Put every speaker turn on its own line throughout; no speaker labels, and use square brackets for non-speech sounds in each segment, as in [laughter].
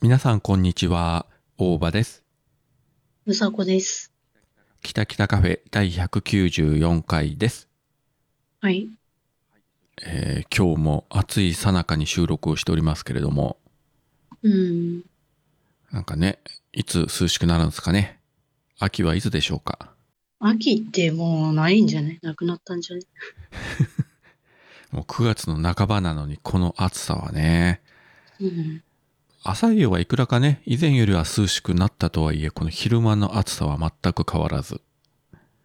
皆さんこんにちは大場です
むさこです。
北北カフェ第194回です、
はい。
えー今日も暑いさなかに収録をしておりますけれども
うん。
なんかねいつ涼しくなるんですかね秋はいつでしょうか
秋ってもうないんじゃないなくなったんじゃない
もう9月の半ばなのにこの暑さはね
うん。
朝夕はいくらかね以前よりは涼しくなったとはいえこの昼間の暑さは全く変わらず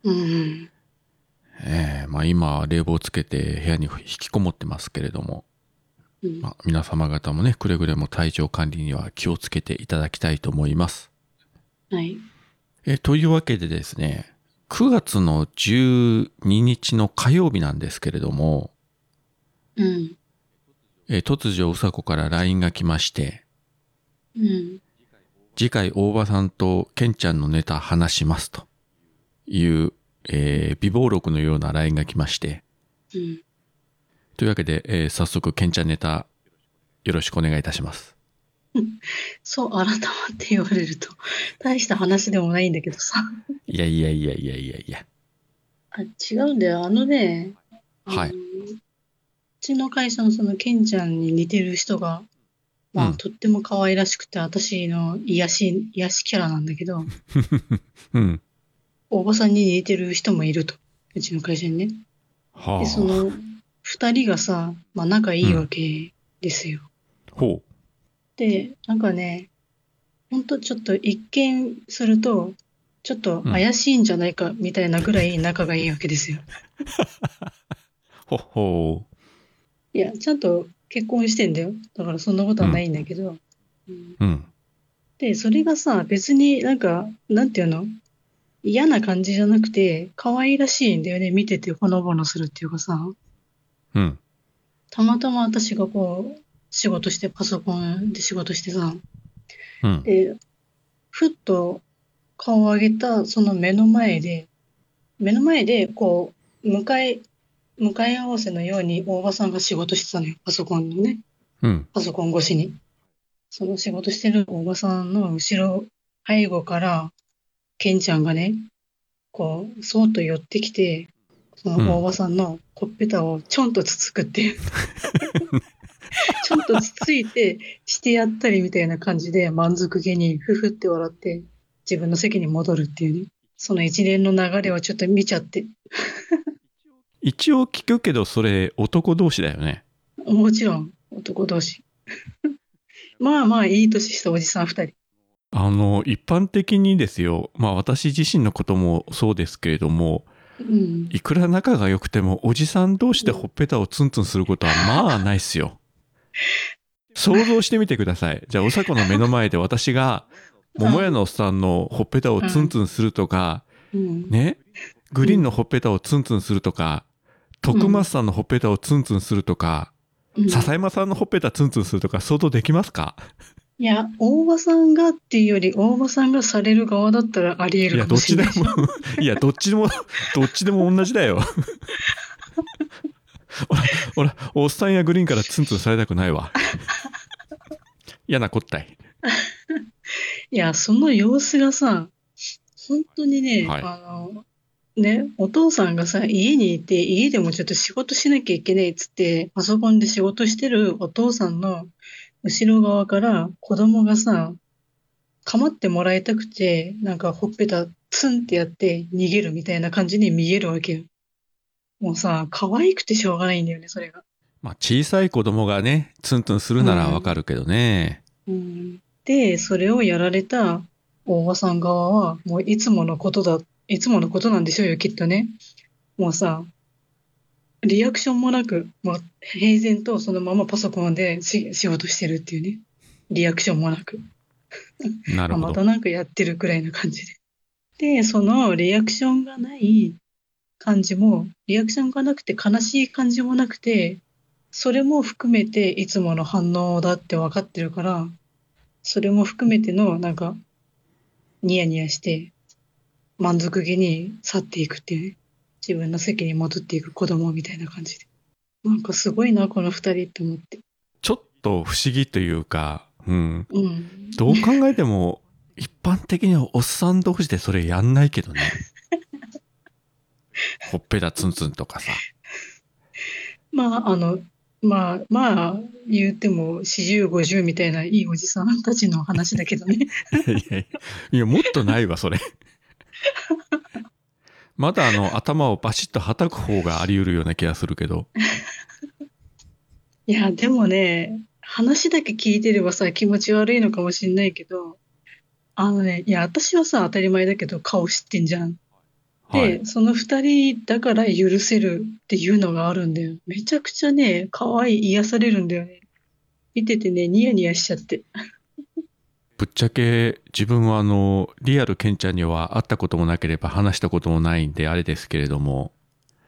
うん。
ええまあ今は冷房つけて部屋に引きこもってますけれども、
うん
まあ、皆様方もねくれぐれも体調管理には気をつけていただきたいと思います。
はい。
えというわけでですね9月の12日の火曜日なんですけれども、
うん。
え突如うさこから LINE が来まして
うん。
次回大場さんとケンちゃんのネタ話しますという、えー、微暴録のような LINE が来まして
うん。
というわけで、えー早速ケンちゃんネタよろしくお願いいたします。
そう、改まって言われると、 [laughs] 大した話でもないんだけどさ。
いやいやいやいやいやいや。 [laughs]
あ、違うんだよ。あのね、
はい
あのうちの会社のその、ケンちゃんに似てる人が、まあ、
うん
とっても可愛らしくて、私の癒し、癒しキャラなんだ
[laughs]
けど、
うん。
おばさんに似てる人もいると。うちの会社にね。
は
で、そ
あ。
の、二人がさ、まあ仲いいわけですよ。
ほ
で、なんかね、ほんとちょっと一見すると、ちょっと怪しいんじゃないかみたいなぐらい仲がいいわけですよ。
う。ほほ
いや、ちゃんと結婚してんだよ。だからそんなことはないんだけど。うん
う。うん。
で、それがさ、別になんか、なんていうの嫌な感じじゃなくて、可愛らしいんだよね。見ててほのぼのするっていうかさ。
うん。
たまたま私がこう、仕事して、パソコンで仕事してさ、
うん。
で、ふっと顔を上げたその目の前で、目の前でこう、向かい、向かい合わせのように大場さんが仕事してたのよ。パソコンのね、
うん。
パソコン越しに。その仕事してる大場さんの後ろ、背後から、ケンちゃんがね、こう、そーっと寄ってきて、その大場さんのほっぺたをちょんとつつくっていう。ちょんとつついて、してやったりみたいな感じで満足げにふふって笑って、自分の席に戻るっていうね。その一連の流れをちょっと見ちゃって。
一応聞くけど、それ男同士だよね。
もちろん、男同士。まあまあ、いい年したおじさん二人。
あの、一般的にですよ。まあ私自身のこともそうですけれども、
うん。
いくら仲が良くても、おじさん同士でほっぺたをツンツンすることはまあないっすよ。想像してみてください。じゃあ、おさこの目の前で私が、桃屋のおっさんのほっぺたをツンツンするとか、
うん。
ね、グリーンのほっぺたをツンツンするとか、徳松さんのほっぺたをツンツンするとか、
うん
笹山さんのほっぺたツンツンするとか想像できますか
いや、大場さんがっていうより、大場さんがされる側だったらありえ
い
る
や、
か
ど
も
っ
し
ち
れ
で
ない。
も、 [laughs] いや、どっちでも、どっちでも同じだよ。 [laughs] ほら、ほら、おっさんやグリーンからツンツンされたくないわ。嫌なこったい。
いや、その様子がさ、本当にね、
はい
あの、ね、お父さんがさ、家にいて、家でもちょっと仕事しなきゃいけないっつって、パソコンで仕事してるお父さんの後ろ側から子供がさ、構ってもらいたくて、なんかほっぺたツンってやって逃げるみたいな感じに見えるわけよ。もうさ、可愛くてしょうがないんだよね、それが。
まあ、小さい子供がね、ツンツンするならわかるけどね。
うんで、それをやられた大場さん側は、もういつものことだ、いつものことなんでしょうよ、きっとね。もうさ、リアクションもなく、まあ、平然とそのままパソコンでし仕事してるっていうね。リアクションもなく。
なる
あ
ほ
また
ど。
なんかやってるくらいな感じで。で、そのリアクションがない感じも、リアクションがなくて悲しい感じもなくて、それも含めていつもの反応だって分かってるから、それも含めてのなんか、ニヤニヤして、満足げに去っていくっていうね。自分の席に戻っていく子供みたいな感じで。なんかすごいな、この二人って思って。
ちょっと不思議というか、うん。
うん。
どう考えても、一般的にはおっさん同士でそれやんないけどね。 [laughs] ほっぺたツンツンとかさ。
まあ、あの、まあ、まあ、言っても、40、50みたいないいおじさんたちの話だけどね。 [laughs]
いやいやいや、もっとないわ、それ。まだあの、頭をバシッとはたく方があり得るような気がするけど。
いや、でもね、話だけ聞いてればさ、気持ち悪いのかもしんないけど、あのね、いや、私はさ、当たり前だけど、顔知ってんじゃん。
はい。
で、その二人だから許せるっていうのがあるんだよ。めちゃくちゃね、可愛い、癒されるんだよね。見ててね、ニヤニヤしちゃって。
ぶっちゃけ、自分はあの、リアルケンちゃんには会ったこともなければ話したこともないんで、あれですけれども、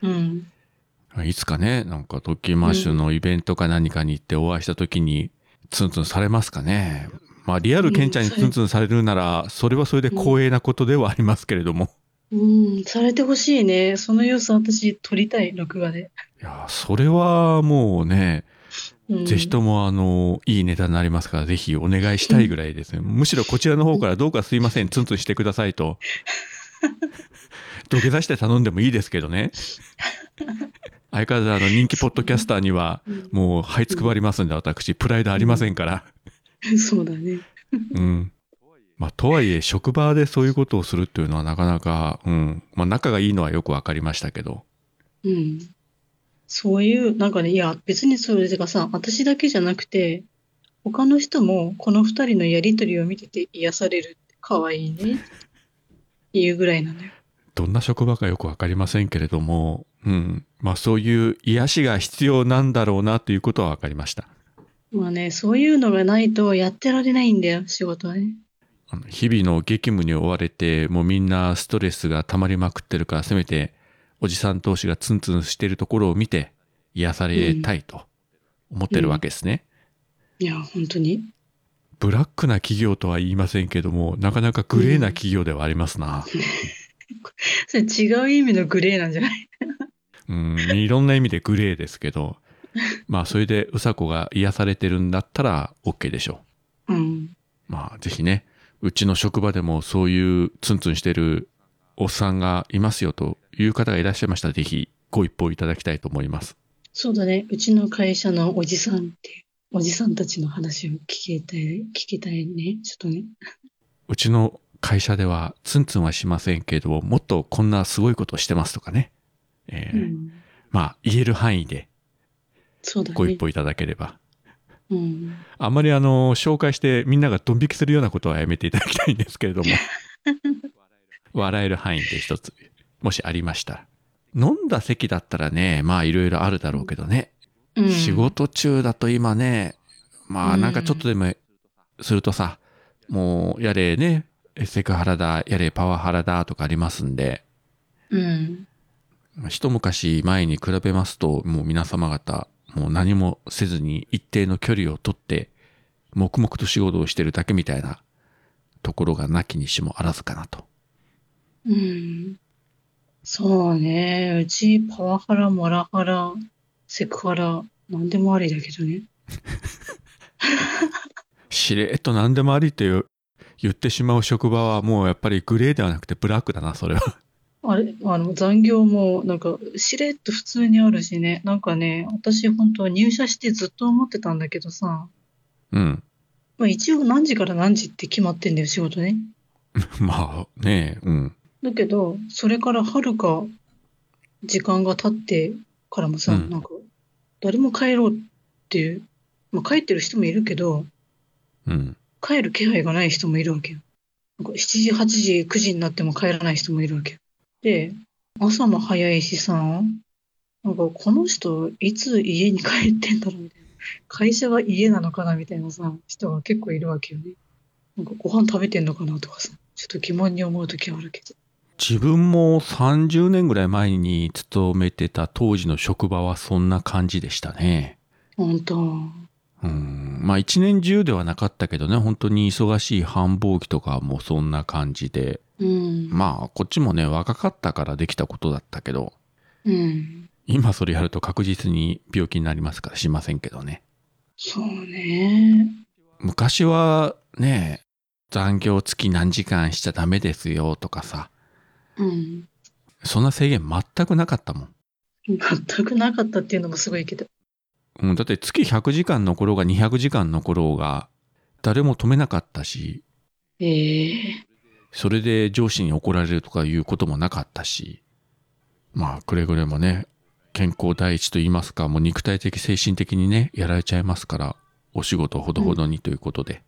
うん。
いつかね、なんかトッキーマッシュのイベントか何かに行ってお会いした時に、ツンツンされますかね。まあ、リアルケンちゃんにツンツンされるなら、それはそれで光栄なことではありますけれども。
うん、されてほしいね。その様子私撮りたい、録画で。
いやー、それはもうね、
うん。
ぜひとも、あの、いいネタになりますから、ぜひお願いしたいぐらいですね。むしろこちらの方からどうかすいません、ツンツンしてくださいと。土下座して頼んでもいいですけどね。相変わらずあの人気ポッドキャスターには、
う
もう、はいつくばりますんで、私、プライドありませんから。
ん。 [laughs] そうだね。
うん。まあ、とはいえ、職場でそういうことをするっていうのはなかなか、うん。まあ、仲がいいのはよくわかりましたけど。
うん。そういう、なんかね、いや、別にそれがさ、私だけじゃなくて、他の人もこの二人のやりとりを見てて癒されるって可愛いね。っていうぐらいなのよ。
どんな職場かよくわかりませんけれども、うん。まあそういう癒しが必要なんだろうなということはわかりました。
まあね、そういうのがないとやってられないんだよ、仕事はね。
あの日々の激務に追われて、もうみんなストレスが溜まりまくってるから、せめておじさん同士がツンツンしてるところを見て癒されたいと思ってるわけですね。
いや、本当に。
ブラックな企業とは言いませんけども、なかなかグレーな企業ではありますな。
それ違う意味のグレーなんじゃない
うん、いろんな意味でグレーですけど、まあそれでうさこが癒されてるんだったら OK でしょう。
うん。
まあ、ぜひね、うちの職場でもそういうツンツンしてるおっさんがいますよという方がいらっしゃいましたら、ぜひご一報いただきたいと思います。
そうだね、うちの会社のおじさんって、おじさんたちの話を聞きたい、聞きたいね、ちょっとね。
うちの会社ではツンツンはしませんけれども、もっとこんなすごいことをしてますとかね。え
う
ー
ん。
まあ、言える範囲で
そうだ
ご一
ね。
報いただければ。
うん。
あんまりあの、紹介してみんながドン引きするようなことはやめていただきたいんですけれども。 [laughs] 笑える範囲で一つ、もしありましたら。飲んだ席だったらね、まあいろいろあるだろうけどね。
うん
仕事中だと今ね、まあ
うん
なんかちょっとでもするとさ、もうやれね、セクハラだ、やれパワハラだとかありますんで、
うん。
一昔前に比べますと、もう皆様方、もう何もせずに一定の距離をとって、黙々と仕事をしてるだけみたいなところがなきにしもあらずかなと。
うん。そうね。うち、パワハラ、モラハラ、セクハラ、なんでもありだけどね。
しれっと何でもありって言ってしまう職場はもうやっぱりグレーではなくてブラックだな、それは。
あれ、あの、残業も、なんか、しれっと普通にあるしね。なんかね、私、本当入社してずっと思ってたんだけどさ、
うん。
まあ、一応何時から何時って決まってんだよ、仕事ね。
まあね、うん。
だけど、それからはるか時間が経ってからもさ、
うん
なんか、誰も帰ろうっていう、まあ、帰ってる人もいるけど、
うん。
帰る気配がない人もいるわけよ。なんか7時、8時、9時になっても帰らない人もいるわけよ。で、朝も早いしさ、なんかこの人いつ家に帰ってんだろうみたいな。会社が家なのかなみたいなさ、人が結構いるわけよね。なんかご飯食べてんのかなとかさ、ちょっと疑問に思う時はあるけど。
自分も30年ぐらい前に勤めてた当時の職場はそんな感じでしたね。
本当。
うん。まあ一年中ではなかったけどね、本当に忙しい繁忙期とかもそんな感じで。
うん。
まあこっちもね、若かったからできたことだったけど、
うん。
今それやると確実に病気になりますからしませんけどね。
そうね。
昔はね、残業月何時間しちゃダメですよとかさ、
うん。
そんな制限全くなかったもん。
全くなかったっていうのもすごいけど。
うん、だって月100時間残ろうが200時間残ろうが、誰も止めなかったし、
ええ
それで上司に怒られるとかいうこともなかったし、まあ、くれぐれもね、健康第一と言いますか、もう肉体的、精神的にね、やられちゃいますから、お仕事ほどほどにということで。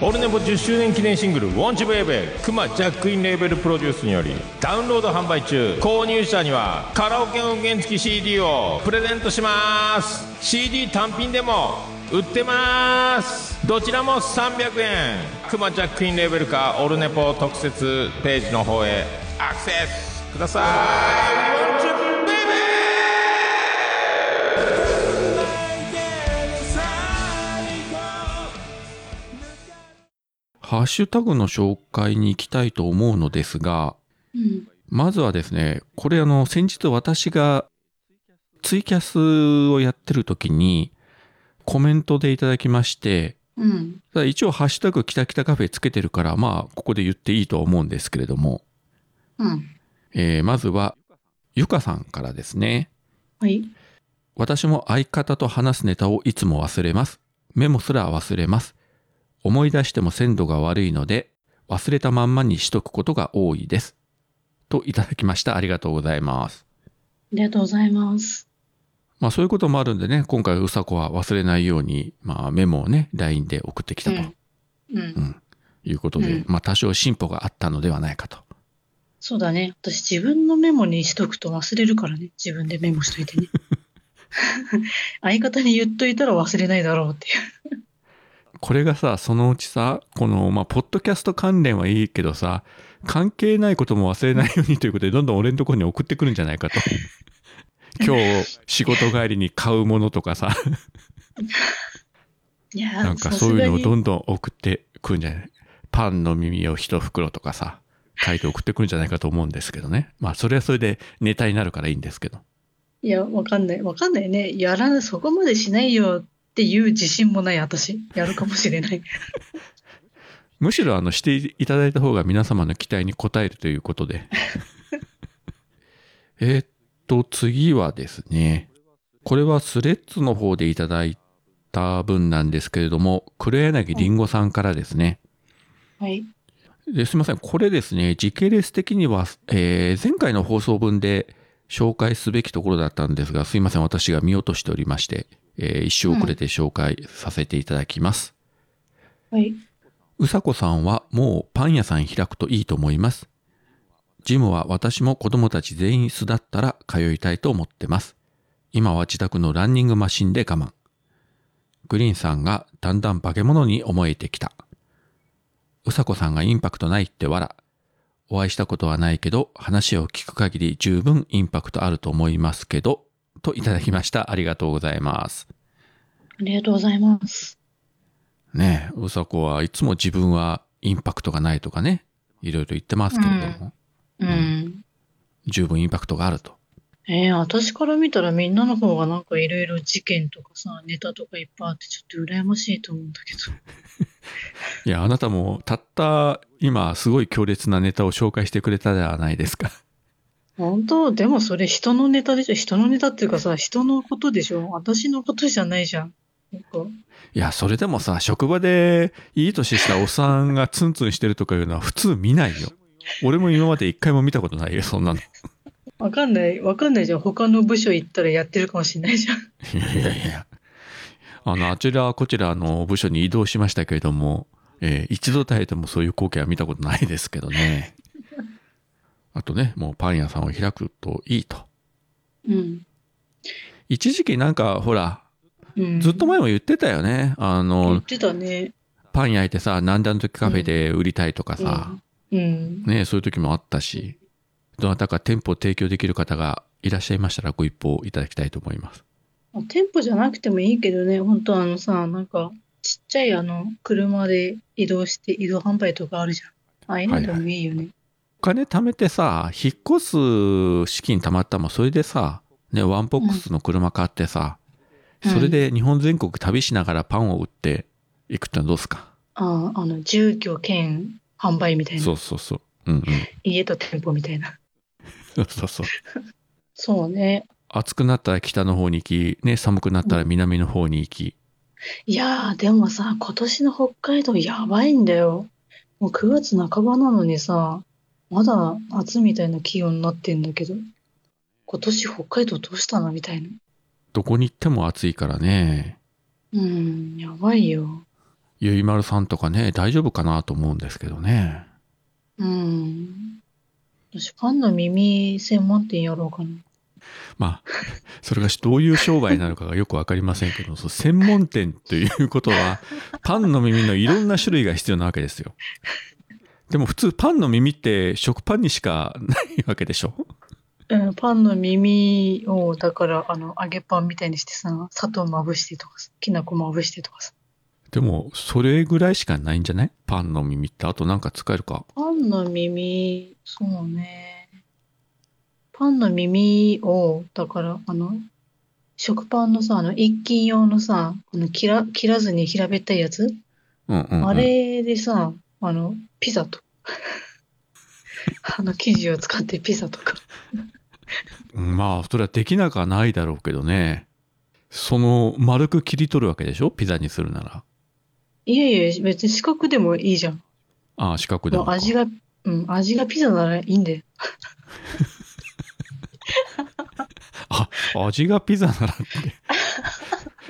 オルネポ10周年記念シングル「ウォンチブエベ」クマジャックインレーベルプロデュースによりダウンロード販売中購入者にはカラオケ音源付き CD をプレゼントします CD 単品でも売ってますどちらも300円クマジャックインレーベルかオルネポ特設ページの方へアクセスくださいウォンチブエベ
ハッシュタグの紹介に行きたいと思うのですが、
うん。
まずはですね、これあの、先日私がツイキャスをやってる時にコメントでいただきまして、
うん。
ただ一応ハッシュタグキタキタカフェつけてるから、まあ、ここで言っていいとは思うんですけれども、
うん。
えーまずは、ゆかさんからですね。
はい。
私も相方と話すネタをいつも忘れます。メモすら忘れます。思い出しても鮮度が悪いので、忘れたまんまにしとくことが多いです。といただきました。ありがとうございます。
ありがとうございます。
まあそういうこともあるんでね、今回うさこは忘れないように、まあメモをね、LINE で送ってきたと
うん。うん
いうことで、
うん
まあ多少進歩があったのではないかと。
そうだね。私自分のメモにしとくと忘れるからね。自分でメモしといて [laughs] ね。相方に言っといたら忘れないだろうっていう。
これがさ、そのうちさ、この、まあ、ポッドキャスト関連はいいけどさ、関係ないことも忘れないようにということで、どんどん俺のところに送ってくるんじゃない
[laughs]
かと。今日、仕事帰りに買うものとかさ、
いやー
なんかそういうのを
さすが
どんどん送ってくるんじゃないパンの耳を一袋とかさ、書いて送ってくるんじゃないかと思うんですけどね。まあ、それはそれでネタになるからいいんですけど。
にいや、わかんない。わかんないね。やらない、そこまでしないよっていう自信もない私。やるかもしれない。
むしろあのしていただいた方が皆様の期待に応えるということで。 [laughs] えーっと、次はですね。これはスレッズの方でいただいた分なんですけれども、黒柳りんごさんからですね。
[laughs] はい。
ですいません。これですね、時系列的には、えー前回の放送分で紹介すべきところだったんですが、すいません。私が見落としておりまして、えー一周遅れて紹介させていただきます。
はい。
うさこさんはもうパン屋さん開くといいと思います。ジムは私も子供たち全員巣立ったら通いたいと思ってます。今は自宅のランニングマシンで我慢。グリーンさんがだんだん化け物に思えてきた。うさこさんがインパクトないってわら。お会いしたことはないけど、話を聞く限り十分インパクトあると思いますけど、といただきました。ありがとうございます。
ありがとうございます。
ねえ、うさこはいつも自分はインパクトがないとかね、いろいろ言ってますけれども、
うん。
十分インパクトがあると。
えー、私から見たらみんなの方がなんかいろいろ事件とかさ、ネタとかいっぱいあってちょっと羨ましいと思うんだけど。
いや、あなたもたった今すごい強烈なネタを紹介してくれたではないですか。
本当でもそれ人のネタでしょ人のネタっていうかさ、人のことでしょ私のことじゃないじゃん。なんか
いや、それでもさ、職場でいい年したおっさんがツンツンしてるとかいうのは普通見ないよ。俺も今まで一回も見たことないよ、そんなの。
わかんない、わかんないじゃん。他の部署行ったらやってるかもしれないじゃん。
いやいやいや。あの、あちらこちらの部署に移動しましたけれども、えー一度たりともそういう光景は見たことないですけどね。
[laughs]
あとね、もうパン屋さんを開くといいと。
うん。
一時期なんか、ほら、
うん、
ずっと前も言ってたよね。あ
言っ
の、
てたね。
パン焼いてさ、なんだの時カフェで売りたいとかさ、
うん。
ね、そういう時もあったし、どなたか店舗を提供できる方がいらっしゃいましたらご一報いただきたいと思います。
まあ店舗じゃなくてもいいけどね、本当あのさ、なんか、ちっちゃいあの、車で移動して移動販売とかあるじゃん。ああいうのでもいいよね。
お金貯めてさ、引っ越す資金貯まったもん、それでさ、ね、ワンボックスの車買ってさ、
うん
それで日本全国旅しながらパンを売って、行くってのはどうですか
ああ、あの、住居兼販売みたい
そ
な。
うそうそう。うんうん。
家と店舗みたいな。
そうそうそう。
そうね。
暑くなったら北の方に行き、ね、寒くなったら南の方に行き。
いやー、でもさ、今年の北海道やばいんだよ。もう9月半ばなのにさ、まだ夏みたいな気温になってんだけど、今年北海道どうしたのみたいな。
どこに行っても暑いからね。
うん、やばいよ。
ゆいまるさんとかね、大丈夫かなと思うんですけどね。
うん。私、パンの耳専門店やろうかな。
まあ、それがどういう商売なのかがよくわかりませんけ
[laughs]
ど、そう専門店ということは、パンの耳のいろんな種類が必要なわけですよ。でも普通パンの耳って食パンにしかないわけでしょ
うん、パンの耳を、だから、あの、揚げパンみたいにしてさ、砂糖まぶしてとかさ、きな粉まぶしてとかさ。
でも、それぐらいしかないんじゃないパンの耳って、あとなんか使えるか。
パンの耳、そうね。パンの耳を、だから、あの、食パンのさ、あの、一斤用のさ、この切ら、切らずに平べったいやつ、
うんうん、うん。
あれでさ、あの、ピザと。 [laughs] あの、生地を使ってピザとか。
うんまあ、それはできなくはないだろうけどね。その、丸く切り取るわけでしょピザにするなら。
いやいや、別に四角でもいいじゃん。
ああ、四角で
も
も
う。味が、うん、味がピザならいいんだよ。
あ、味がピザならって。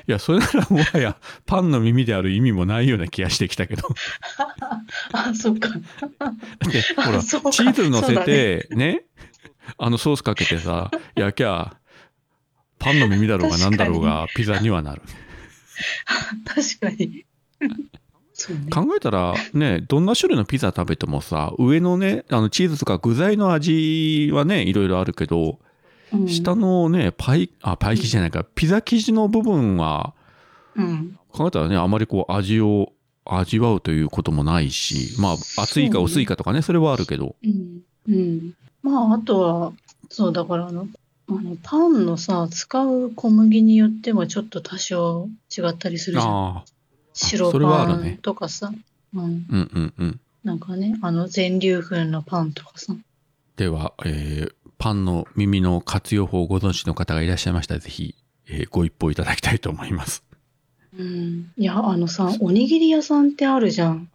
いや、それならもはや、パンの耳である意味もないような気がしてきたけど。
あ、そっか。 [laughs]
で、ほら、
あ
チ
そうか
ーズ乗せて、ね、あのソースかけてさ、焼きゃ、パンの耳だろうがなんだろうが、ピザにはなる。
確かに。そうね。
考えたらねどんな種類のピザ食べてもさ上のねあのチーズとか具材の味はねいろいろあるけど、
うん
下のねパイあパイ生地じゃないかピザ生地の部分は
うん。
考えたらねあまりこう味を味わうということもないしまあ厚いか薄いかとかねそれはあるけど
うん。うん。まあ、あとは、そう、だからあの、あの、パンのさ、使う小麦によってもちょっと多少違ったりするじゃん。
ああ
白
それはあ
パ
るね
ンとかさ、うん。
うんうんうん
なんかね、あの、全粒粉のパンとかさ。
では、えーパンの耳の活用法をご存知の方がいらっしゃいましたらぜひ、えーご一報いただきたいと思います
うん。いや、あのさ、おにぎり屋さんってあるじゃん。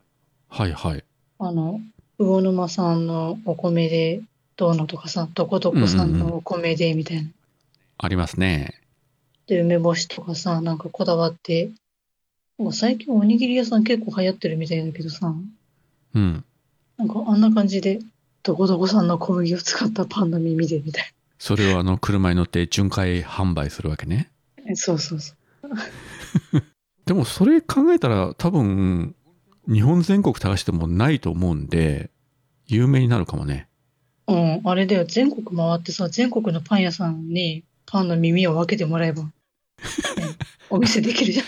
はいはい
あの、魚沼さんのお米でどうのとかさ、どこどこさんのお米でみたいな。
ありますね
で、梅干しとかさ、なんかこだわって、なんか最近おにぎり屋さん結構流行ってるみたいだけどさ、
うん
なんかあんな感じで、どこどこさんの小麦を使ったパンの耳でみたい
それをあの車に乗って巡回販売するわけね。
な。そうそうそう。
でもそれ考えたら多分日本全国探してもないと思うんで有名になるかもね。
うん、あれだよ、全国回ってさ、全国のパン屋さんにパンの耳を分けてもら [laughs] えば、ねお見せできるじゃん。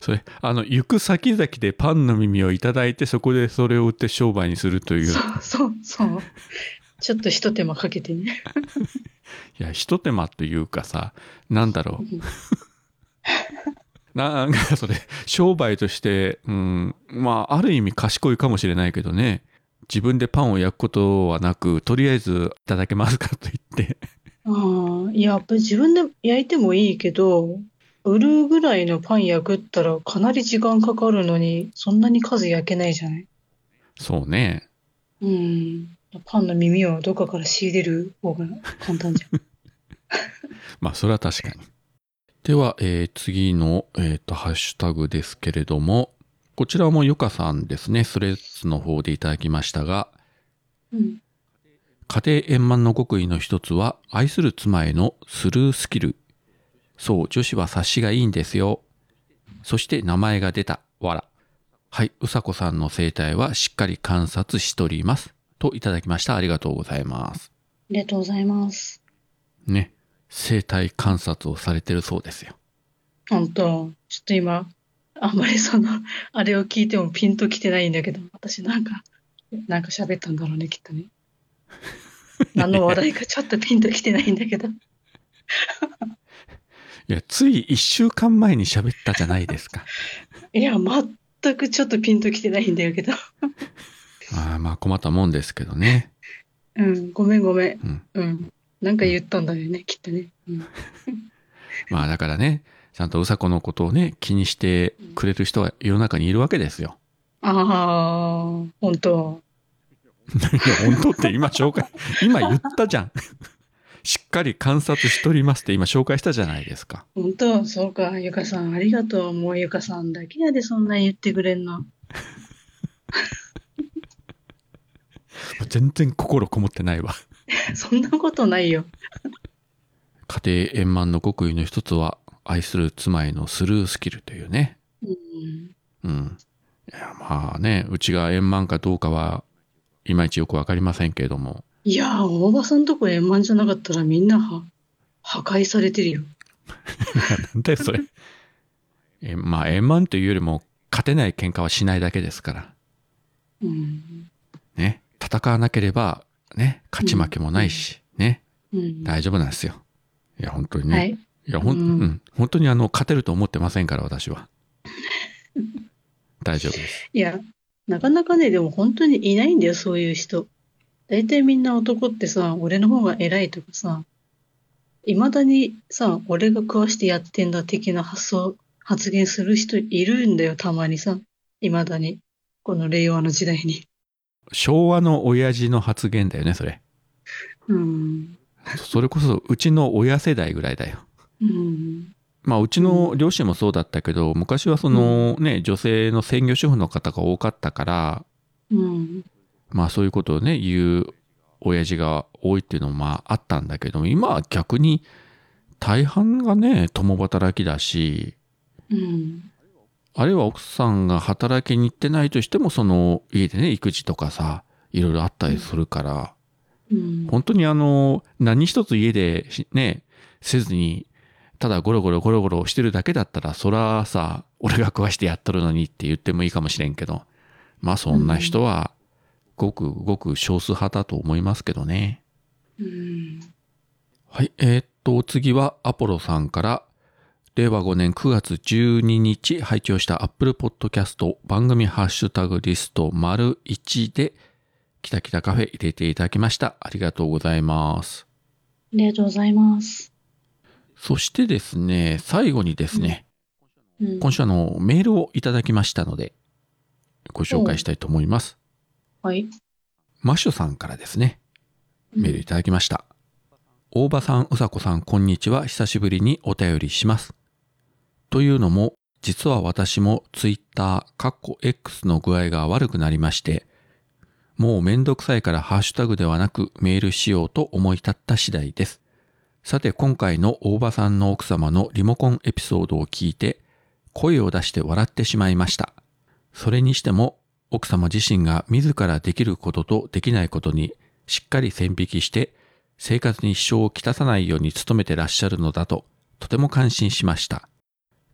それあの行く先々でパンの耳をいただいてそこでそれを売って商売にするという
そうそうそう。ちょっとひと手間かけてね。
いやひと手間というかさなんだろう
うん。
[laughs] なんかそれ商売としてうんまあある意味賢いかもしれないけどね自分でパンを焼くことはなくとりあえずいただけますかと言って
ああ、いや、やっぱり自分で焼いてもいいけど、売るぐらいのパン焼くったらかなり時間かかるのに、そんなに数焼けないじゃない
そうね
うん。パンの耳をどっかから仕入れる方が簡単じ [laughs] ゃん。
まあ、それは確かに。では、えー次の、えーと、ハッシュタグですけれども、こちらもゆかさんですね、スレッズの方でいただきましたが、
うん。
家庭円満の極意の一つは、愛する妻へのスルースキル。そう、女子は察しがいいんですよ。そして名前が出た、わら。はい、うさこさんの生態はしっかり観察しております。といただきました。ありがとうございます。
ありがとうございます。
ね、生態観察をされてるそうですよ。
本当、ちょっと今、あんまりその、あれを聞いてもピンときてないんだけど、私なんか、なんか喋ったんだろうね、きっとね。何の話題かちょっとピンときてないんだけど。
いや、つい一週間前に喋ったじゃないですか。
いや、全くちょっとピンときてないんだけど。
あーまあ困ったもんですけどね。
うん、ごめんごめん。
うん。
うん。なんか言ったんだよね、きっとね。うん、
まあだからね、ちゃんとうさこのことをね、気にしてくれる人は世の中にいるわけですよ。 [laughs]
ああ、本当。
いや、本当って今紹介、今言ったじゃん。しっかり観察しとりますって今紹介したじゃないですか。
本当、そうか。ゆかさん、ありがとう。もうゆかさんだけやで、そんな言ってくれんの。 [laughs]
全然心こもってないわ。
そんなことないよ。
家庭円満の極意の一つは、愛する妻へのスルースキルというね。
うん。
うん。いや、まあね、うちが円満かどうかは、いまいちよくわかりませんけれども。
いやー、大場さんとこ円満じゃなかったらみんなは破壊されてるよ。
なんだよ、
[laughs]
それ。えまあ、円満というよりも、勝てない喧嘩はしないだけですから。
うん。
ね。戦わなければ、ね、勝ち負けもないし、ね。
うん。
大丈夫なんですよ。いや、本当にね。、
はいい。
や、ほん、う
うん
ん。本当にあの、勝てると思ってませんから、私は。大丈夫です。
いや、なかなかね、でも本当にいないんだよ、そういう人。大体みんな男ってさ、俺の方が偉いとかさ、いまだにさ、俺が食わしてやってんだ的な発想、発言する人いるんだよ、たまにさ。いまだに。この令和の時代に。
昭和の親父の発言だよね、それ。
うん。
それこそ、うちの親世代ぐらいだよ。
うん。
まあ、うちの両親もそうだったけど、昔はそのね、女性の専業主婦の方が多かったから、
うん。
まあそういうことをね、言う親父が多いっていうのもまああったんだけども、今は逆に大半がね、共働きだし、
うん。
あるいは奥さんが働きに行ってないとしても、その家でね、育児とかさ、いろいろあったりするから、
うん。
本当にあの、何一つ家でしね、せずに、ただゴロゴロゴロゴロしてるだけだったら、そらさ、俺が食わしてやっとるのにって言ってもいいかもしれんけど、まあそんな人は、ごくごく少数派だと思いますけどね。
うん。
はい、えーっと、お次はアポロさんから、令和5年9月12日配置をした Apple Podcast 番組ハッシュタグリスト丸1で、キタキタカフェ入れていただきました。ありがとうございます。
ありがとうございます。
そしてですね、最後にですね、
うん。
今週あの、メールをいただきましたので、ご紹介したいと思います。
はい。
マッシュさんからですね、メールいただきました。大場さん、うさこさん、こんにちは。久しぶりにお便りします。というのも、実は私も Twitter、カッコ X の具合が悪くなりまして、もうめんどくさいからハッシュタグではなくメールしようと思い立った次第です。さて今回の大場さんの奥様のリモコンエピソードを聞いて、声を出して笑ってしまいました。それにしても、奥様自身が自らできることとできないことにしっかり線引きして、生活に支障をきたさないように努めてらっしゃるのだと、とても感心しました。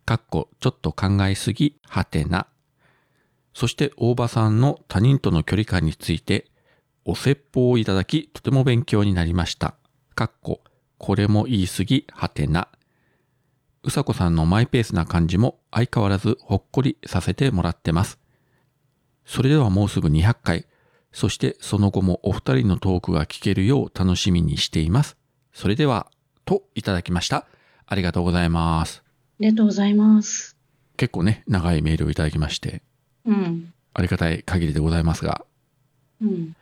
かっこ、ちょっと考えすぎ、はてな。そして大場さんの他人との距離感について、お説法をいただき、とても勉強になりました。かっこ、これも言い過ぎ、はてな。うさこさんのマイペースな感じも相変わらずほっこりさせてもらってます。それではもうすぐ200回、そしてその後もお二人のトークが聞けるよう楽しみにしています。それでは、といただきました。ありがとうございます。
ありがとうございます。
結構ね、長いメールをいただきまして、
うん。
ありがたい限りでございますが、
うん。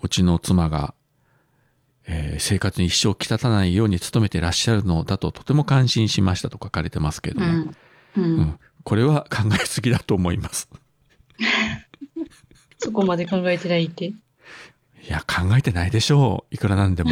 うちの妻が、えー生活に一生きたたないように努めてらっしゃるのだととても感心しましたと書かれてますけれど
う
も、
ん。う。
うんんこれは考えすぎだと思います。
そこまで考えてないって。
いや、考えてないでしょう。いくらなんで
[laughs]
も。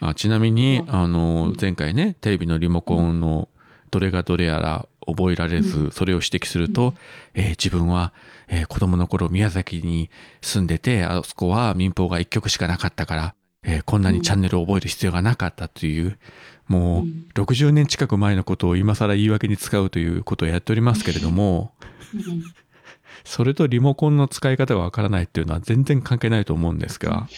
あちなみに、
うん
あの
うん、
前回ね、テレビのリモコンのどれがどれやら覚えられず、それを指摘すると、えー自分は、えー子供の頃宮崎に住んでて、あそこは民放が一曲しかなかったから、えーこんなにチャンネルを覚える必要がなかったという、も
う
う、
ん
60年近く前のことを今更言い訳に使うということをやっておりますけれども、
うん
それとリモコンの使い方がわからないっていうのは全然関係ないと思うんですが、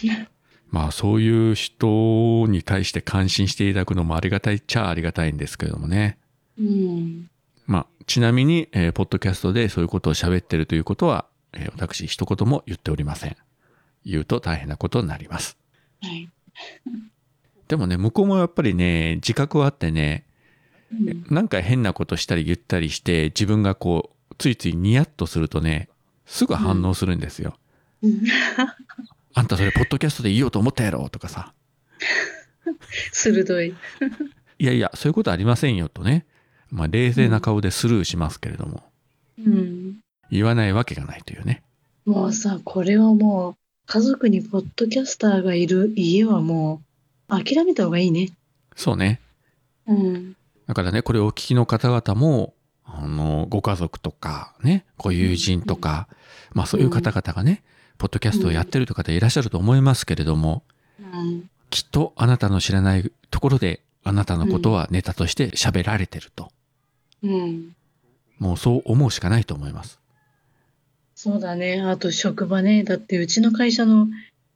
まあそういう人に対して感心していただくのもありがたいっちゃありがたいんですけれどもね。
うん。
まあちなみに、えーポッドキャストでそういうことを喋ってるということは、えー私一言も言っておりません。言うと大変なことになります。
はい。
でもね、向こうもやっぱりね、自覚はあってね、
うん
なんか変なことしたり言ったりして、自分がこう、ついついニヤッとするとね、すぐ反応するんですよ。
うん
あんたそれポッドキャストで言おうと思ったやろとかさ、
鋭い。
いやいや、そういうことありませんよとね、まあ冷静な顔でスルーしますけれども、
うん。
言わないわけがないというね。
もうさ、これはもう、家族にポッドキャスターがいる家はもう、諦めた方がいいね。
そうね。
うん。
だからね、これをお聞きの方々も、あの、ご家族とか、ね、ご友人とか、まあそういう方々がね、ポッドキャストをやってるという方いらっしゃると思いますけれども、
うん。
きっとあなたの知らないところで、あなたのことはネタとして喋られてると。
うん。
もうそう思うしかないと思います。
そうだね。あと、職場ね。だって、うちの会社の、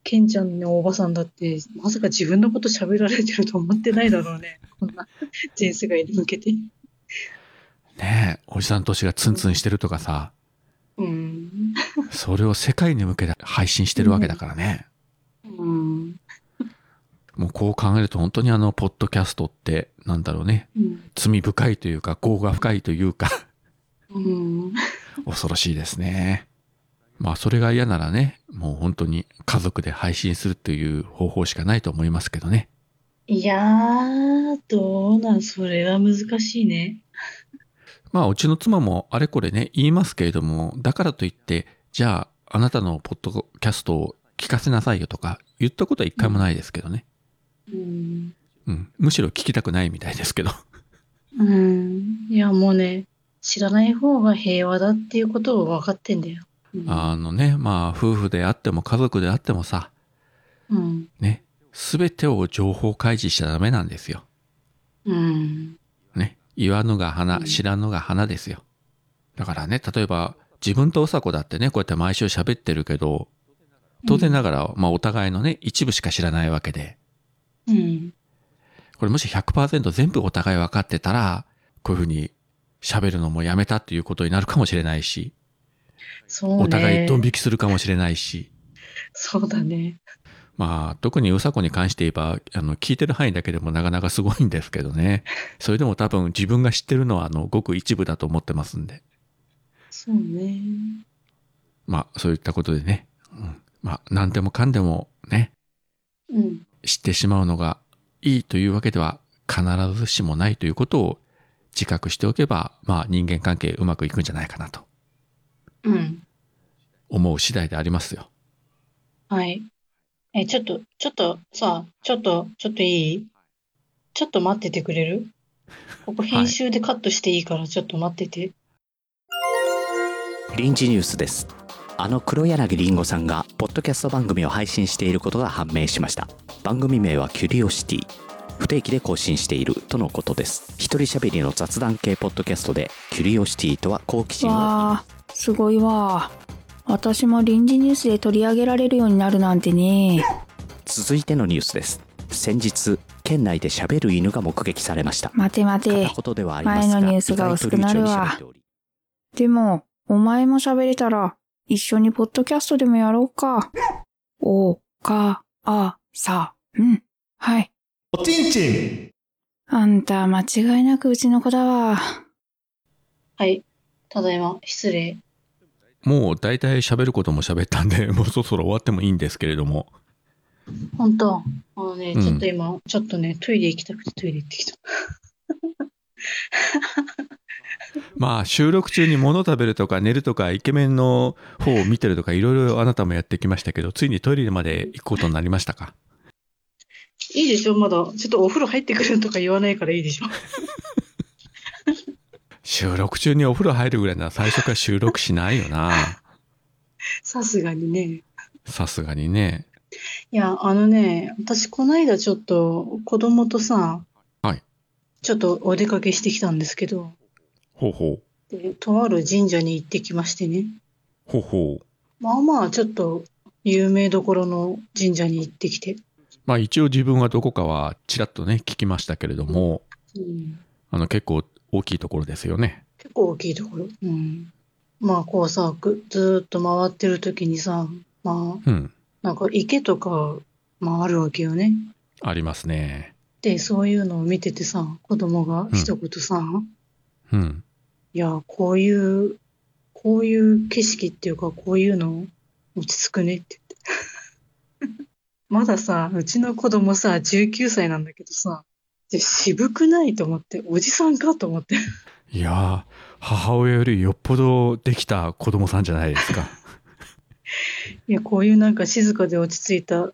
ケンちゃんのおばさんだって、まさか自分のこと喋られてると思ってないだろうね。こんな、人生がいに向けて。
ねえ、おじさんとしがツンツンしてるとか
[laughs]
さ、
うん。
それを世界に向けて配信してるわけだからね。
うん。
もうこう考えると本当にあの、ポッドキャストって、なんだろうね、
うん。
罪深いというか、業が深いというか、 [laughs]
うん。
恐ろしいですね。まあそれが嫌ならね、もう本当に家族で配信するという方法しかないと思いますけどね。
いやー、どうなん、それは難しいね。
まあうちの妻もあれこれね言いますけれども、だからといって、じゃああなたのポッドキャストを聞かせなさいよとか言ったことは一回もないですけどね。
うん。
うん。むしろ聞きたくないみたいですけど。
うん。いや、もうね、知らない方が平和だっていうことを分かってんだよ。うん。
あのね、まあ夫婦であっても家族であってもさ、
うん。
ね、すべてを情報開示しちゃダメなんですよ。
うん。
ね、言わぬが花、
うん
知らぬが花ですよ。だからね、例えば、自分とおさこだってね、こうやって毎週喋ってるけど、当然ながら、まあお互いのね、一部しか知らないわけで、
うん。
これもし100%全部お互い分かってたら、こういうふうに喋るのもやめたっていうことになるかもしれないし、
そうね。
お互いドン引きするかもしれないし、
そうだね。
まあ特にうさこに関して言えば、あの、聞いてる範囲だけでもなかなかすごいんですけどね、それでも多分自分が知ってるのは、あの、ごく一部だと思ってますんで。
そうね。
まあ、そういったことでね。うん、まあ、何でもかんでもね、
うん。
知ってしまうのがいいというわけでは必ずしもないということを自覚しておけば、まあ、人間関係うまくいくんじゃないかなと
うん。
思う次第でありますよ。
はい。え、ちょっと、ちょっとさ、ちょっと、ちょっといいちょっと待っててく
[laughs]
れるここ編集でカットしていいから、ちょっと待ってて。
臨時ニュースですあの黒柳りんごさんがポッドキャスト番組を配信していることが判明しました番組名はキュリオシティ不定期で更新しているとのことです一人喋りの雑談系ポッドキャストでキュリオシティとは好奇心を
わあすごいわ私も臨時ニュースで取り上げられるようになるなんてね
続いてのニュースです先日県内で喋る犬が目撃されました
待て待て
片言ではありますが
前のニュースが薄くなるわ
意外と流暢に喋っており
でもお前も喋れたら一緒にポッドキャストでもやろうかおかあさうんはい
おちんちん
あんた間違いなくうちの子だわ
はい。ただいま、失礼。
もう大体喋ることも喋ったんで、 [laughs] もうそろそろ終わってもいいんですけれども。
本当あのね、
うん
ちょっと今、ちょっとね、トイレ行きたくてトイレ行ってきた。
まあ、収録中に物食べるとか寝るとかイケメンの方を見てるとかいろいろあなたもやってきましたけど、ついにトイレまで行くことになりましたか
いいでしょまだ。ちょっとお風呂入ってくるとか言わないからいいでしょ [laughs]
収録中にお風呂入るぐらいなら最初から収録しないよな。
さすがにね。
[laughs] さすがにね。
いや、あのね、私この間ちょっと子供とさ、
はい
ちょっとお出かけしてきたんですけど、
ほうほう。
でとある神社に行ってきましてね。
ほうほう。
まあまあ、ちょっと有名どころの神社に行ってきて。
まあ一応自分はどこかはちらっとね、聞きましたけれども、
うん
あの結構大きいところですよね。
結構大きいところ。うん。まあ、こうさ、ぐずーっと回ってる時にさ、まあ、
うん。
なんか池とか、まああるわけよね。
ありますね。
で、そういうのを見ててさ、子供が一言さ、
うん。
いや、こういう、こういう景色っていうか、こういうの落ち着くねって言って。 [laughs] まださ、うちの子供さ、19歳なんだけどさ、で渋くないと思って、おじさんかと思って。
いやー、母親よりよっぽどできた子供さんじゃないですか。
いや、こういうなんか静かで落ち着いた、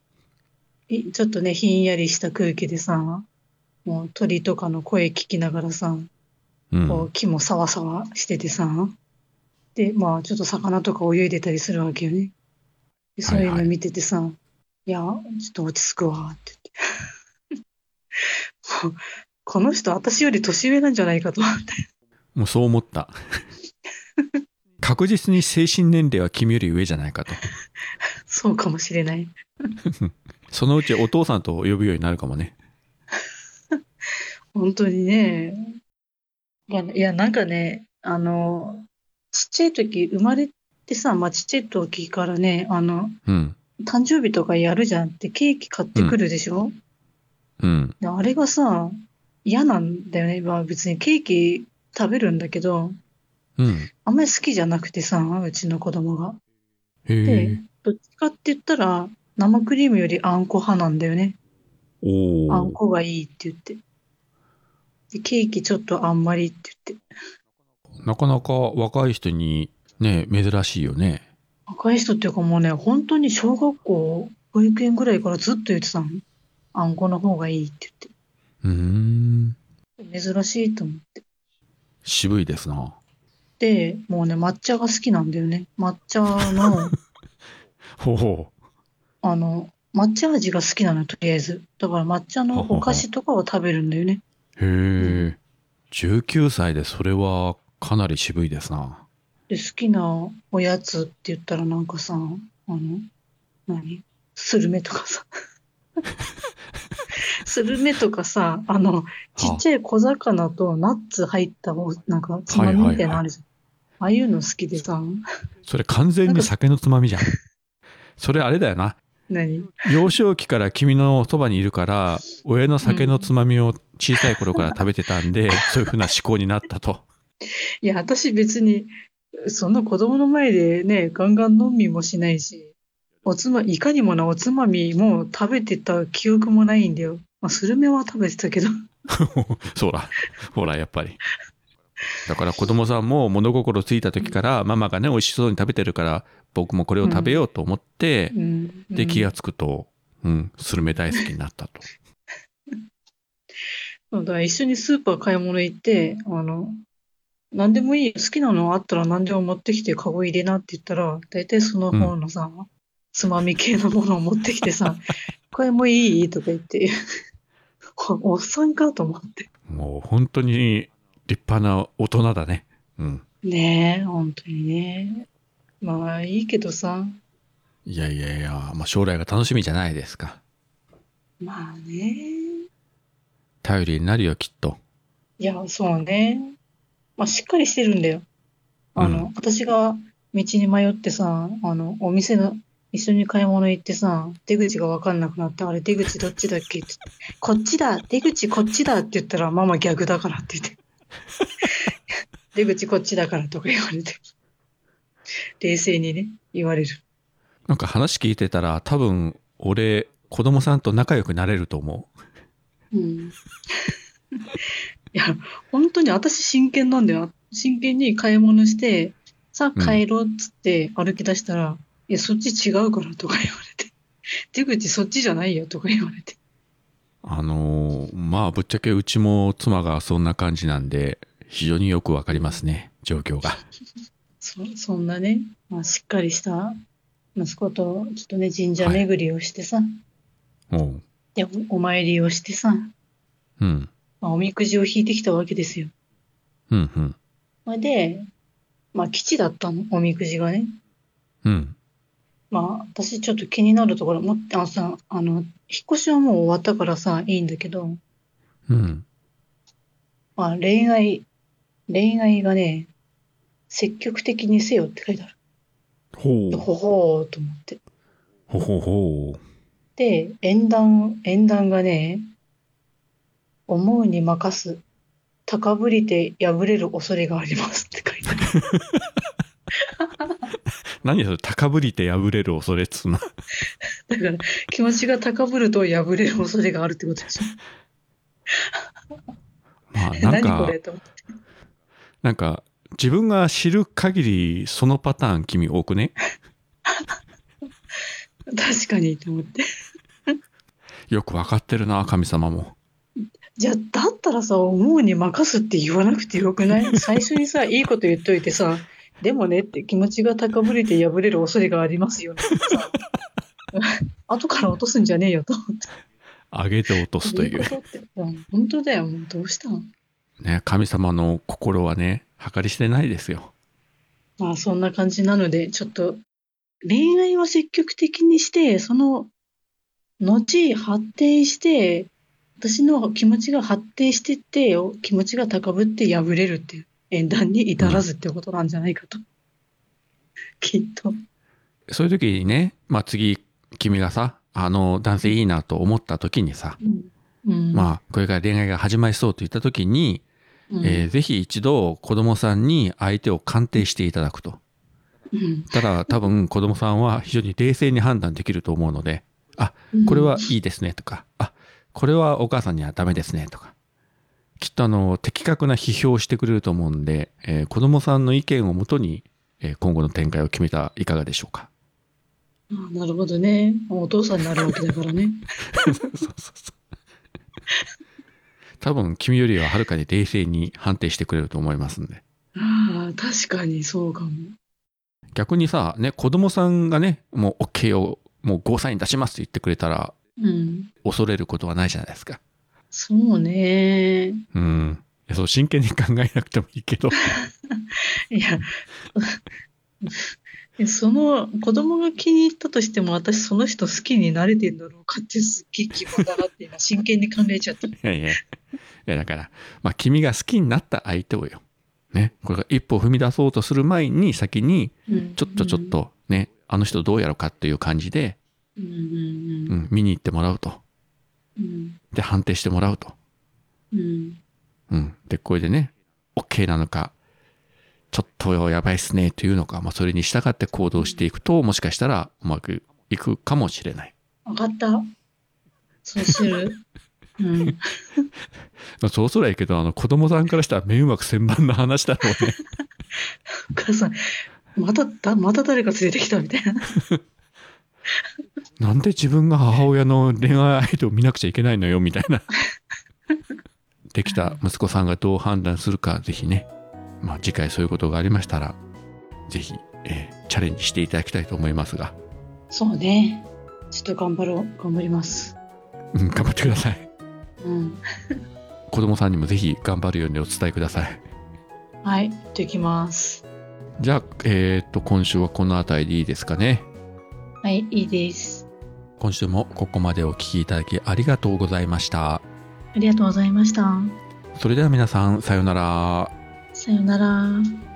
いちょっとね、ひんやりした空気でさ、もう鳥とかの声聞きながらさ、
う。
こうん
[laughs]
木もサワサワしててさ、で、まあちょっと魚とか泳いでたりするわけよね。でそういう
はい
の
はい
見ててさ、いや、ちょっと落ち着くわって [laughs] 言って。もうこの人私より年上なんじゃないかと思って。
もうそう思
[laughs]
った。確実に精神年齢は君より上じゃないかと。
そうかもしれない。
そのうちお父さんと呼ぶようになるかもね。
本当にね。まあいや、なんかね、あの、ちっちゃい時、生まれてさ、まあ、ちっちゃい時からね、あの、
うん。
誕生日とかやるじゃんってケーキ買ってくるでしょ、
うん。
であれがさ、嫌なんだよね。まあ別にケーキ食べるんだけど、
うん。
あんまり好きじゃなくてさ、うちの子供が。
へ
で
え。、
どっちかって言ったら、生クリームよりあんこ派なんだよね。
お
あん
お。
こがいいって言って。で、ケーキちょっとあんまりって言って。
なかなか若い人にね、珍しいよね。
若い人っていうかもうね、本当に小学校、保育園ぐらいからずっと言ってたの。あんこの方がいいって
うーん。
言って。珍しいと思って。
渋いですな。
で、もうね、抹茶が好きなんだよね。抹茶の、
ほうほ
あの、抹茶味が好きなのよ、とりあえず。だから抹茶のお菓子とかを食べるんだよね。
う。へえ。19歳でそれはかなり渋いですな。
で、好きなおやつって言ったらなんかさ、あの、何スルメとかさ。スルメとかさ、あの、ちっちゃい小魚とナッツ入ったお、なんか、つまみみたいなのあるじゃん。ああいうの好きでさ、
それ完全に酒のつまみじゃん。それあれだよな。
何
幼少期から君のそばにいるから、親の酒のつまみを小さい頃から食べてたんで、 [laughs] そういうふうな思考になったと。 [laughs]
いや、私別に、そんな子供の前でね、ガンガン飲みもしないし、おつま、いかにもなおつまみも食べてた記憶もないんだよ。まあ、スルメは食べてたけど。
そうだ。ほら、やっぱり。だから子供さんも物心ついた時から、ママがね、美味しそうに食べてるから、僕もこれを食べようと思って、
うん。
で、気がつくと、うん、スルメ大好きになったと。
そうだから一緒にスーパー買い物行って、あの、何でもいいよ。好きなのあったら何でも持ってきて、カゴ入れなって言ったら、大体その方のさ、つまみ系のものを持ってきて [laughs] さ、これもいいとか言って、 [laughs] おおっさんかと思って。
もう本当に立派な大人だね。うん。
ねえ、本当にね。まあいいけどさ、
いやいやいや、まあ、将来が楽しみじゃないですか。
まあね。
頼りになるよ、きっと。
いや、そうね。まあしっかりしてるんだよ。あの、
うん
私が道に迷ってさ、あの、お店の、一緒に買い物行ってさ、出口がわかんなくなって、あれ出口どっちだっけって言って、こっちだ出口こっちだって言ったら、ママ逆だからっ
[laughs]
て言って。出口こっちだからとか言われて。冷静にね、言われる。
なんか話聞いてたら、多分、俺、子供さんと仲良くなれると思う。
うん。 [laughs] いや、本当に私真剣なんだよ。真剣に買い物して、さあ帰ろうっつって歩き出したら、いや、そっち違うからとか言われて、 [laughs] 出口そっちじゃないよとか言われて。
あのーまあ、ぶっちゃけうちも妻がそんな感じなんで、非常によくわかりますね、状況が。
そそんなね、まあ、しっかりした息子と、ちょっとね、神社巡りをしてさ、
うん。
でおお参りをしてさ、
うん。
まあ、おみくじを引いてきたわけですよ。
うん、うん。
それで、まあ、吉だったの、おみくじがね。
うん。
まあ、私ちょっと気になるところ、もあのさ、あの、引っ越しはもう終わったからさ、いいんだけど、
うん。
まあ、恋愛恋愛がね、積極的にせよって書いてある。
ほう。
ほほーと思って。
ほほほう。
で、縁談、縁談がね、思うに任す。高ぶりて破れる恐れがありますって書いてある。
[laughs] 何それ、高ぶりて破れる恐れっつう
[laughs]
な。
だから、気持ちが高ぶると破れる恐れがあるってことでしょ。
まあ、なん
何こ
か
れ、と思って。
なんか、自分が知る限り、そのパターン君多くね
確かにと思って。
よくわかってるな、神様も。
じゃあ、だったらさ、思うに任すって言わなくてよく
[laughs]
ない最初にさ、いいこと言っといてさ、でもねって気持ちが高ぶれて破れる恐れがありま
[laughs]
すよねってさ。後から落とすんじゃねえよと思って。
上げて落とすとい。
どういううことってうん本当だよ、もうどうしたの
ね、神様の心はね、計りしてないですよ。
まあそんな感じなので、ちょっと恋愛は積極的にして、その後発展して、私の気持ちが発展してって、気持ちが高ぶって破れるっていう、縁談に至らずってことなんじゃないかと。きっと。
そういう時にね、まあ次、君がさ、あの男性いいなと思った時にさ、
うん、あ、
まあこれから恋愛が始まりそうと言った時に、
うん
えーぜひ一度子供さんに相手を鑑定していただくと。
うん
ただ多分子供さんは非常に冷静に判断できると思うので、あ、これはいいですねとか、あ、これはお母さんにはダメですねとか。きっとあの、的確な批評をしてくれると思うんで、えー子供さんの意見をもとに、えー今後の展開を決めたいかがでしょうか。
ああなるほどね。お父さんになるわけだからね。
そうそうそう。多分君よりははるかに冷静に判定してくれると思いますんで。
ああ、確かにそうかも。
逆にさ、ね、子供さんがね、もう OK を、もうゴーサイン出しますって言ってくれたら、
うん。
恐れることはないじゃないですか。
そうね。
うん。いやそう、真剣に考えなくてもいいけど。
いや、えその子供が気に入ったとしても、私その人好きになれてんだろうかってすっげえ疑問だなって今真剣に考えちゃった。
いやい [laughs] や。いや、だから、まあ、君が好きになった相手をよ。ね。これが一歩踏み出そうとする前に、先に、ちょっとちょっと、ね、あの人どうやろうかっていう感じで、
うん。うんう
うんん、見に行ってもらうと。
うん。うん
で、判定してもらうと。
うん。
うん。で、これでね、OK なのか、ちょっとやばいっすね、というのか、まあ、それに従って行動していくと、もしかしたらうまくいくかもしれない。
わかった。そうする。うん。
まあ、そうそらいいけど、あの、子供さんからしたら迷惑千万の話だろうね。
お母さん、また、だまた誰か連れてきたみたいな。
なんで自分が母親の恋愛相手を見なくちゃいけないのよ、みたいな。できた息子さんがどう判断するか、ぜひね、まあ、次回そういうことがありましたら、ぜひ、えーチャレンジしていただきたいと思いますが、
そうね。ちょっと頑張ろう。頑張ります。
うん、頑張ってください。
うん。
子供さんにもぜひ頑張るようにお伝えください。
はい。できます。
じゃあ、えっと、今週はこの辺りでいいですかね。
はい、いいです。
今週もここまでお聞きいただきありがとうございました。
ありがとうございました。
それでは皆さん、さようなら。
さよなら。